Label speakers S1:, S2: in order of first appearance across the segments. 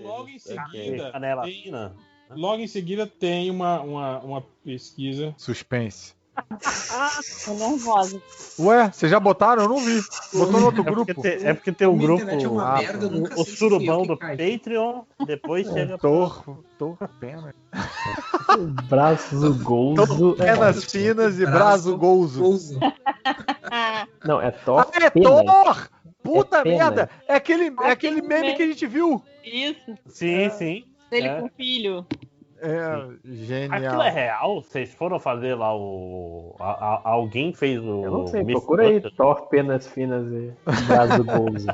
S1: logo em
S2: Tá.
S1: seguida.
S3: Canela
S1: tem-
S3: fina.
S1: Logo em seguida tem uma, uma, uma pesquisa.
S4: Suspense.
S5: Ah, tô nervosa.
S4: Ué, vocês já botaram? Eu não vi. Botou no outro
S3: É porque,
S4: grupo.
S3: tem, é porque tem o
S6: Minha
S3: grupo.
S6: internet é uma
S3: ah,
S6: merda, eu
S3: o-
S6: nunca
S3: o
S6: sei se
S3: surubão
S6: eu que
S3: do
S6: caí.
S3: Patreon, depois chega.
S4: Torro, torro pena.
S2: Braços
S4: Torro
S2: Golzo. é
S4: penas finas e braço golzo.
S6: Pouso.
S5: Ah,
S2: Não, é Thor.
S4: Ah, é
S2: Pena.
S4: Thor! Puta
S2: É pena.
S4: merda! É aquele, é aquele
S5: Aquele
S4: meme
S5: meme.
S4: que a gente viu.
S5: isso,
S3: Sim, sim.
S5: dele
S3: É.
S5: com filho.
S4: É,
S3: Aquilo
S4: genial.
S3: é real? Vocês foram fazer lá o. a- a- alguém fez o.
S2: Eu não sei,
S3: o
S2: procura aí.
S3: Mythbusters?
S2: Thor, penas finas e braço Golzo.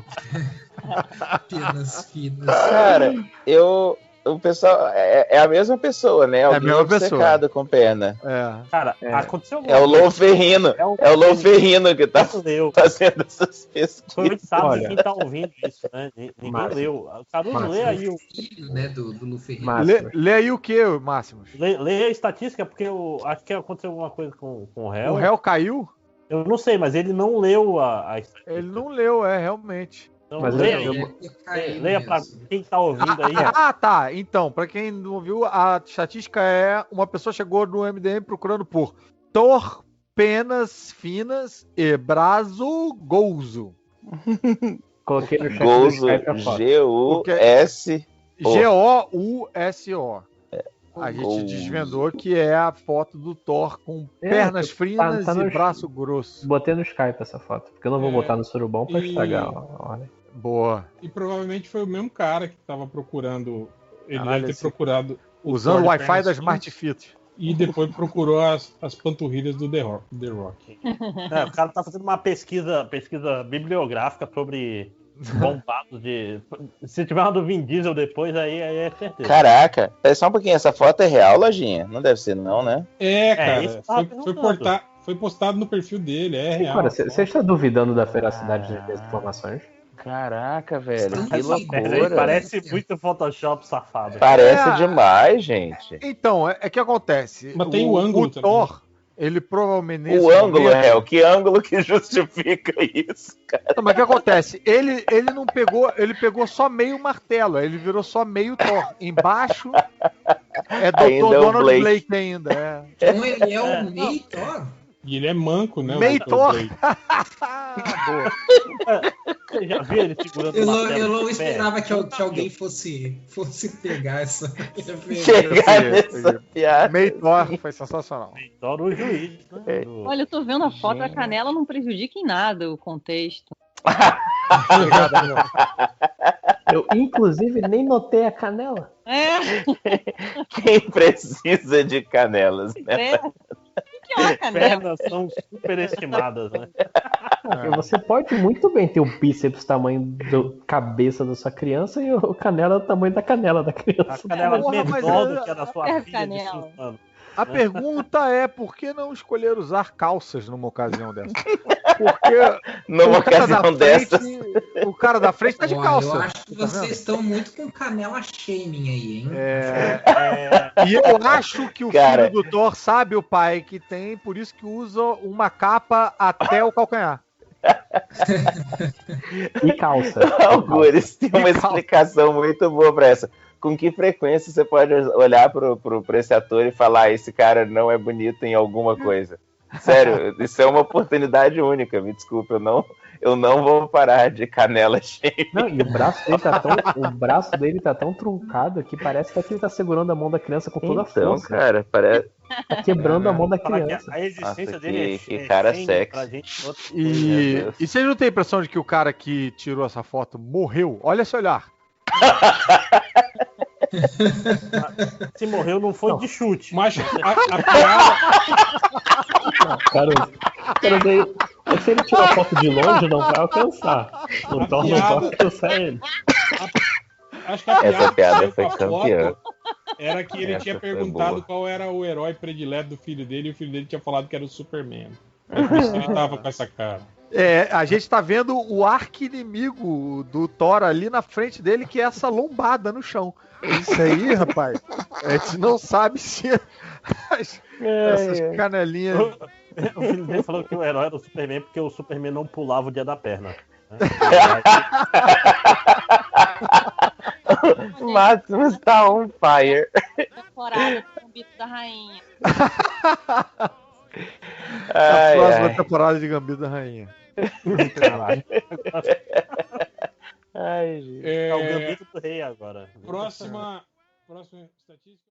S6: Penas finas.
S7: Cara, eu. O pessoal. É, é a mesma pessoa, né?
S4: a
S7: Alguém
S4: mesma
S7: obcecado com perna.
S4: É.
S3: Cara,
S2: É.
S3: aconteceu
S7: É o Lou Ferrino.
S3: É o
S7: É o Lou Ferrino que tá
S3: Ninguém leu.
S7: fazendo essas pesquisas.
S3: Foi sabe
S2: Olha.
S3: quem tá ouvindo isso, né? Ni- Ninguém
S2: Márcio.
S3: leu. Caruso,
S2: Márcio.
S3: lê aí. o-
S6: Filho, né, do, do Lu Ferreira.
S2: Mas-
S4: Lê, lê aí o que, Máximos?
S3: Lê, lê a estatística, porque eu acho que aconteceu alguma coisa com, com o
S2: É
S3: réu.
S4: O réu caiu?
S3: Eu não sei, mas ele não leu a, a estatística.
S4: Ele não leu, é, realmente.
S3: Então,
S2: Mas
S3: lê,
S2: eu-
S3: aí,
S2: eu-
S3: lê-
S6: Ia cair
S3: leia pra
S6: mesmo.
S3: quem tá ouvindo aí.
S4: Ah, tá. Então, pra quem não viu, a estatística é uma pessoa chegou no MDM procurando por Thor, penas finas e brazo golzo.
S2: Coloquei no chat
S7: Gozo,
S2: do Skype é a foto.
S7: G-U-S. Oh. É,
S4: G-O-U-S-O. A gente
S7: Golzo.
S4: desvendou que é a foto do Thor com
S2: É,
S4: pernas
S2: tá-
S4: finas
S2: tá no-
S4: e braço grosso.
S2: Botei no Skype essa foto, porque eu não vou botar no surubão pra
S1: E-
S2: estragar né? a hora.
S4: Boa.
S1: E provavelmente foi o mesmo cara que tava procurando. Ele
S4: Caralho,
S1: deve ter
S4: esse-
S1: procurado. o
S4: Usando o
S1: Thor de
S4: Wi-Fi
S1: pernas
S4: da
S1: finas
S4: Smart Fit.
S1: E depois procurou as, as panturrilhas do The Rock. The Rock.
S3: Não, o cara tá fazendo uma pesquisa, pesquisa bibliográfica sobre bombados de. Se tiver uma do Vin Diesel depois, aí, aí é certeza.
S7: Caraca, é só um pouquinho, essa foto é real, lojinha? Não deve ser, não, né?
S1: É, cara.
S3: isso que eu tava
S1: foi, foi
S3: perguntando.
S1: portar- foi postado no perfil dele, é real.
S2: Cara, você está duvidando da veracidade das minhas informações?
S7: Ah. Caraca, velho,
S6: Estão
S7: que
S3: Essa
S7: loucura. né?
S3: merda aí parece muito Photoshop safado.
S7: Parece
S4: É.
S7: demais, gente.
S4: Então, é, é que acontece.
S1: Mas tem o ângulo
S4: O
S1: também.
S4: Thor, ele provavelmente.
S7: o
S4: nesse
S7: ângulo,
S4: momento-
S7: réu, que ângulo que justifica isso?
S4: Não, mas o que acontece? Ele, ele não pegou, ele pegou só meio martelo, ele virou só meio Thor. Embaixo é Dr.
S7: Ainda é o
S4: Donald Blake.
S7: Blake.
S4: ainda. é.
S6: Então ele é um meio Thor?
S1: E ele é manco, né? o
S4: Meio
S1: Dr.
S4: Thor.
S1: Blake.
S4: Boa.
S3: Você já viu ele segurando
S6: Eu
S3: o
S6: não,
S3: martelo
S6: eu não
S3: com o pé?
S6: esperava que, al- que alguém fosse, fosse pegar essa.
S7: Chegar
S4: eu
S7: nessa piada.
S4: Meio Thor, foi sensacional.
S3: Adoro o juiz,
S7: É.
S3: né? do-
S5: Olha, eu tô vendo a foto, a
S2: Gente.
S5: canela não prejudica em nada o contexto.
S4: Obrigado, Daniel.
S2: Eu, inclusive, nem notei a canela.
S5: É,
S7: Quem precisa de canelas?
S5: é. O que que é uma canela?
S3: Pernas são superestimadas, né?
S2: Porque Ah, Você pode muito bem ter o bíceps tamanho da cabeça da sua criança e o canela é o tamanho da canela da
S3: A
S2: criança.
S3: canela
S4: Porra, mas
S3: menor
S4: eu-
S3: do que a da sua
S5: É,
S3: filha de
S5: canela.
S3: 5 anos.
S4: A pergunta é por que não escolher usar calças numa ocasião dessa? Porque
S7: Numa
S4: o cara tá da
S7: ocasião dessas.
S4: frente, o cara da frente tá de
S6: Olha,
S4: calça.
S6: eu acho que
S4: Tá vendo?
S6: vocês estão muito com canela shaming aí, hein?
S4: É,
S3: É,
S4: e eu acho que o
S7: Cara.
S4: filho do Thor sabe o pai que tem, por isso que usa uma capa até o calcanhar.
S2: E calça.
S7: Algures, tem uma
S4: Me calma.
S7: explicação muito boa pra essa. Com que frequência você pode olhar pro, pro, pra esse ator e falar "Ah, esse cara não é bonito em alguma coisa? Sério, isso é uma oportunidade única, me desculpa, eu não, eu não vou parar de canela cheia.
S2: Não, e o braço dele tá tão, o braço dele tá tão truncado que parece que aqui ele tá segurando a mão da criança com toda a
S7: Então,
S2: força.
S7: cara, parece...
S2: Tá quebrando a mão da
S3: falar que é. a-
S2: criança.
S3: a existência
S7: Nossa,
S3: dele é
S7: que-
S3: é
S7: que cara
S3: gênio
S7: sexy.
S3: pra gente,
S7: é,
S3: outra coisa.
S4: E,
S7: Meu Deus.
S4: e vocês não têm a impressão de que o cara que tirou essa foto morreu? Olha esse olhar.
S3: Se morreu, não foi
S2: Não.
S3: de chute.
S1: Mas a, a piada.
S2: Cara, cara daí- é que se ele tirar foto de longe, não vai alcançar. O Thor não vai alcançar ele.
S1: Acho que a piada,
S7: Essa
S1: que
S7: piada
S1: saiu
S7: foi
S1: com a
S7: campeã.
S1: foto Era que ele
S7: Essa
S1: tinha
S7: foi
S1: perguntado
S7: boa.
S1: qual era o herói predileto do filho dele e o filho dele tinha falado que era o Superman. É por isso que ele tava com essa cara.
S4: É, a gente tá vendo o arqui-inimigo do Thor ali na frente dele, que é essa lombada no chão. Isso aí, rapaz, a gente não sabe se as- essas canelinhas.
S3: O filho dele falou que o herói era o Superman porque o Superman né? não pulava o dia da perna.
S7: Máximo está on fire.
S5: temporada com o Bito da Rainha.
S4: a
S7: Ai,
S4: próxima
S7: ai.
S4: temporada de Gambito da Rainha.
S2: Caralho.
S7: Ai, gente.
S3: É o
S1: É,
S3: É, Gambito do Rei agora.
S1: próxima, próxima estatística.